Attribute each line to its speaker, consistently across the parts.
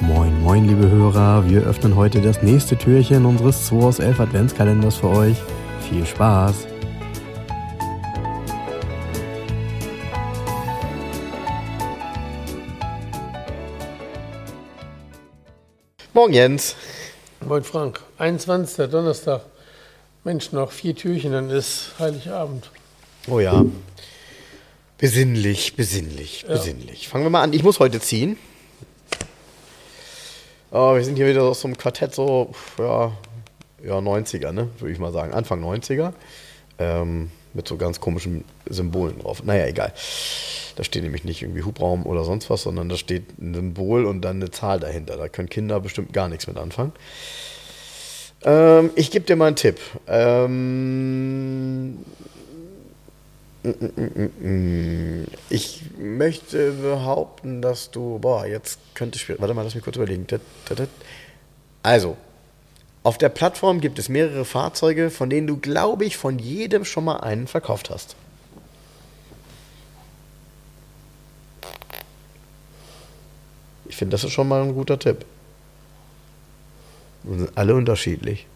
Speaker 1: Moin, moin, liebe Hörer. Wir öffnen heute das nächste Türchen unseres 2 aus 11 Adventskalenders für euch. Viel Spaß!
Speaker 2: Morgen, Jens.
Speaker 3: Moin Frank, 21. Donnerstag. Mensch, noch vier Türchen, dann ist Heiligabend.
Speaker 2: Oh ja. Besinnlich, besinnlich, besinnlich. Fangen wir mal an. Ich muss heute ziehen. Oh, wir sind hier wieder aus so einem Quartett, so, pf, ja, ja 90er, ne? Würde ich mal sagen. Anfang 90er. Ähm, mit so ganz komischen Symbolen drauf. Naja, egal. Da steht nämlich nicht irgendwie Hubraum oder sonst was, sondern da steht ein Symbol und dann eine Zahl dahinter. Da können Kinder bestimmt gar nichts mit anfangen. Ähm, ich gebe dir mal einen Tipp. Ähm, ich möchte behaupten, dass du. Boah, jetzt könnte ich. Warte mal, lass mich kurz überlegen. Dat, dat, dat. Also, auf der Plattform gibt es mehrere Fahrzeuge, von denen du, glaube ich, von jedem schon mal einen verkauft hast. Ich finde, das ist schon mal ein guter Tipp. Und sind alle unterschiedlich.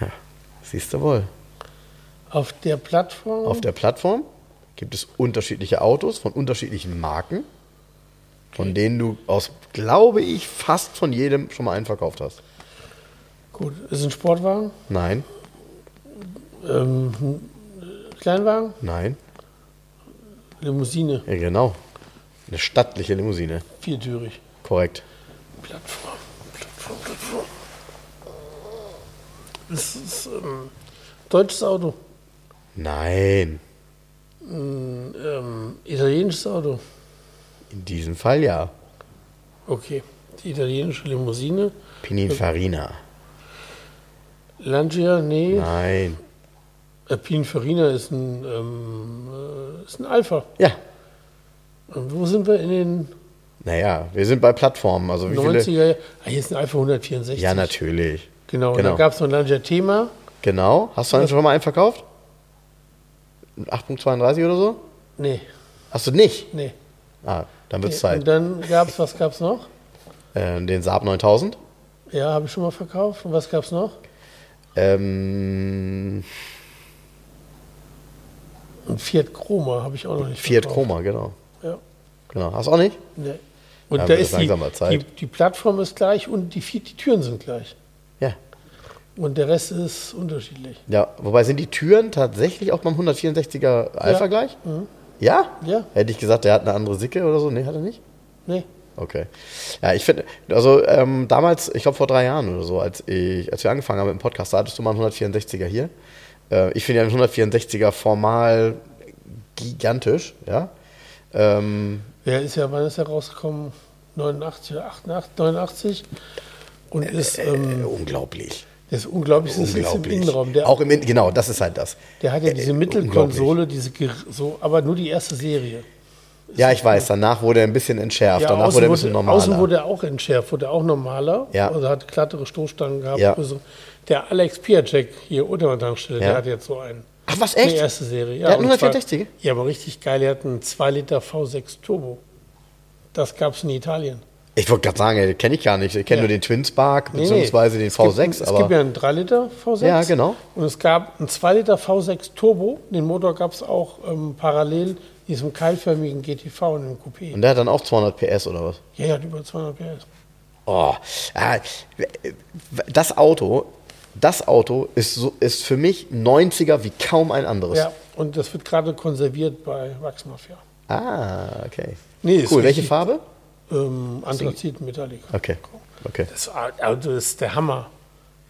Speaker 2: Ja, siehst du wohl.
Speaker 3: Auf der Plattform?
Speaker 2: Auf der Plattform gibt es unterschiedliche Autos von unterschiedlichen Marken, von denen du aus, glaube ich, fast von jedem schon mal einen verkauft hast.
Speaker 3: Gut, ist ein Sportwagen,
Speaker 2: Nein,
Speaker 3: ähm, ein Kleinwagen,
Speaker 2: nein,
Speaker 3: Limousine,
Speaker 2: ja, genau. Eine stattliche Limousine.
Speaker 3: viertürig.
Speaker 2: Korrekt.
Speaker 3: Plattform, Plattform, Plattform. Das ist ähm, deutsches Auto,
Speaker 2: Nein,
Speaker 3: ähm, italienisches Auto.
Speaker 2: in diesem Fall ja.
Speaker 3: Okay, die italienische Limousine.
Speaker 2: Pininfarina.
Speaker 3: Lancia, nee.
Speaker 2: Nein.
Speaker 3: Äh, Pininfarina ist ein, ähm, äh, ist ein Alpha.
Speaker 2: Ja,
Speaker 3: Und wo sind wir in den
Speaker 2: naja, wir sind bei Plattformen. Also wie viele?
Speaker 3: 90er? Ah, hier ist ein Alpha 164.
Speaker 2: Ja, natürlich.
Speaker 3: Genau,
Speaker 2: Genau.
Speaker 3: da gab es noch ein Lancia-Thema.
Speaker 2: Genau. Hast du einen schon mal einen verkauft? 8.32 oder so?
Speaker 3: Nee,
Speaker 2: Hast du nicht?
Speaker 3: nee.
Speaker 2: Ah, dann wird's
Speaker 3: Und
Speaker 2: Zeit.
Speaker 3: dann gab es, was gab es noch?
Speaker 2: Äh, den Saab 9000.
Speaker 3: Ja, habe ich schon mal verkauft. Und was gab es noch?
Speaker 2: Ähm,
Speaker 3: Ein Fiat Chroma habe ich auch noch nicht
Speaker 2: Fiat
Speaker 3: verkauft.
Speaker 2: Chroma, genau.
Speaker 3: Chroma. Ja,
Speaker 2: genau. Hast du auch nicht?
Speaker 3: nee. Und
Speaker 2: Ja,
Speaker 3: da
Speaker 2: wird
Speaker 3: ist die,
Speaker 2: langsam mal
Speaker 3: die,
Speaker 2: Zeit.
Speaker 3: die Plattform ist gleich und die, vier- die Türen sind gleich.
Speaker 2: Ja.
Speaker 3: Und der Rest ist unterschiedlich.
Speaker 2: Ja, wobei sind die Türen tatsächlich auch beim 164er Alpha
Speaker 3: Ja. Mhm.
Speaker 2: gleich? Ja?
Speaker 3: Ja.
Speaker 2: Hätte ich gesagt, der hat eine andere Sicke oder so. Nee, hat er nicht?
Speaker 3: Nee,
Speaker 2: Okay. Ja, ich finde, also ähm, damals, ich glaube vor drei Jahren oder so, als, ich, als wir angefangen haben mit dem Podcast, da hattest du mal einen 164er hier. Äh, ich finde ja einen 164er formal gigantisch, ja. Ähm,
Speaker 3: der ist ja, wann ist er rausgekommen? 89 oder 88, 89. Und ist, ähm,
Speaker 2: äh, unglaublich.
Speaker 3: der ist unglaublich, das ist im
Speaker 2: Unglaublich.
Speaker 3: Innenraum. Der,
Speaker 2: Auch im In genau, das ist halt das.
Speaker 3: der hat ja
Speaker 2: Äh,
Speaker 3: diese
Speaker 2: äh,
Speaker 3: Mittelkonsole, diese, ger- so, aber nur die erste Serie.
Speaker 2: unglaublich. Ja, ich weiß, danach wurde er ein bisschen entschärft,
Speaker 3: Ja,
Speaker 2: danach
Speaker 3: außen
Speaker 2: wurde er ein
Speaker 3: wurde-
Speaker 2: bisschen normaler.
Speaker 3: Außen wurde er auch entschärft, wurde er auch normaler.
Speaker 2: Ja.
Speaker 3: Also hat glattere Stoßstangen gehabt.
Speaker 2: Ja.
Speaker 3: Also Der Alex Piacek hier unter der Tankstelle,
Speaker 2: Ja.
Speaker 3: der hat jetzt so einen.
Speaker 2: Ach, was,
Speaker 3: Die
Speaker 2: echt?
Speaker 3: erste Serie.
Speaker 2: Der hat
Speaker 3: und
Speaker 2: 164er?
Speaker 3: zwar- Ja, aber richtig geil. Er hat einen 2 Liter V6 Turbo. Das gab es in Italien.
Speaker 2: Ich wollte gerade sagen, ey, kenne ich gar nicht. Ich kenne
Speaker 3: Ja.
Speaker 2: nur den Twin Spark,
Speaker 3: Nee, nee.
Speaker 2: beziehungsweise den
Speaker 3: Es gibt-
Speaker 2: V6,
Speaker 3: Es
Speaker 2: aber.
Speaker 3: gibt ja einen 3 Liter V6.
Speaker 2: Ja, genau.
Speaker 3: Und es gab einen 2 Liter V6 Turbo. Den Motor gab es auch ähm, parallel diesem keilförmigen GTV und dem Coupé.
Speaker 2: und der hat dann auch 200 PS oder was?
Speaker 3: ja, der hat über 200 PS.
Speaker 2: Oh, ah, das Auto, das Auto ist, so, ist für mich 90er wie kaum ein anderes.
Speaker 3: Ja, und das wird gerade konserviert bei Wax Mafia.
Speaker 2: Ah, okay.
Speaker 3: Nee, ist
Speaker 2: cool, welche
Speaker 3: richtig.
Speaker 2: Farbe?
Speaker 3: Ähm, Anthrazit Metallic.
Speaker 2: Okay, okay.
Speaker 3: Das Auto ist der Hammer.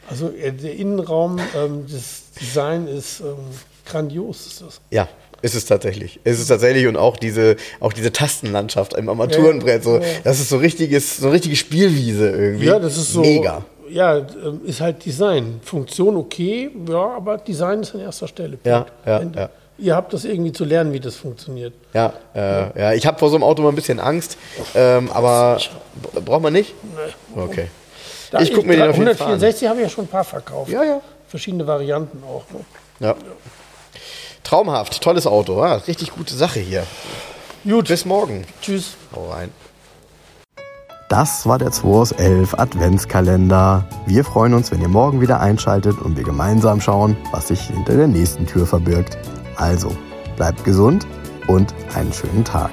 Speaker 3: Also äh, der Innenraum, ähm, das Design ist ähm, grandios. Ist das.
Speaker 2: Ja, ist es tatsächlich. Ist es tatsächlich und auch diese, auch diese Tastenlandschaft im Armaturenbrett, so,
Speaker 3: Ja, ja.
Speaker 2: das ist so richtiges, so richtige Spielwiese irgendwie.
Speaker 3: Ja, das ist so.
Speaker 2: Mega.
Speaker 3: Ja, ähm, ist halt Design. Funktion okay, ja, aber Design ist an erster Stelle.
Speaker 2: Ja,
Speaker 3: Punkt.
Speaker 2: ja,
Speaker 3: Und
Speaker 2: ja.
Speaker 3: Ihr habt das irgendwie zu lernen, wie das funktioniert.
Speaker 2: Ja, äh, ja ich habe vor so einem Auto mal ein bisschen Angst, ähm, aber b- braucht man nicht?
Speaker 3: Ne.
Speaker 2: Okay.
Speaker 3: Da-
Speaker 2: Ich guck mir den auf jeden Fall an.
Speaker 3: 164 habe ich ja schon ein paar verkauft.
Speaker 2: Ja, ja.
Speaker 3: Verschiedene Varianten auch. Ne?
Speaker 2: Ja. Traumhaft, tolles Auto. Ah, richtig gute Sache hier.
Speaker 3: Gut.
Speaker 2: Bis morgen.
Speaker 3: Tschüss.
Speaker 2: Hau rein.
Speaker 1: Das war der 2 aus 11 Adventskalender. Wir freuen uns, wenn ihr morgen wieder einschaltet und wir gemeinsam schauen, was sich hinter der nächsten Tür verbirgt. Also, bleibt gesund und einen schönen Tag.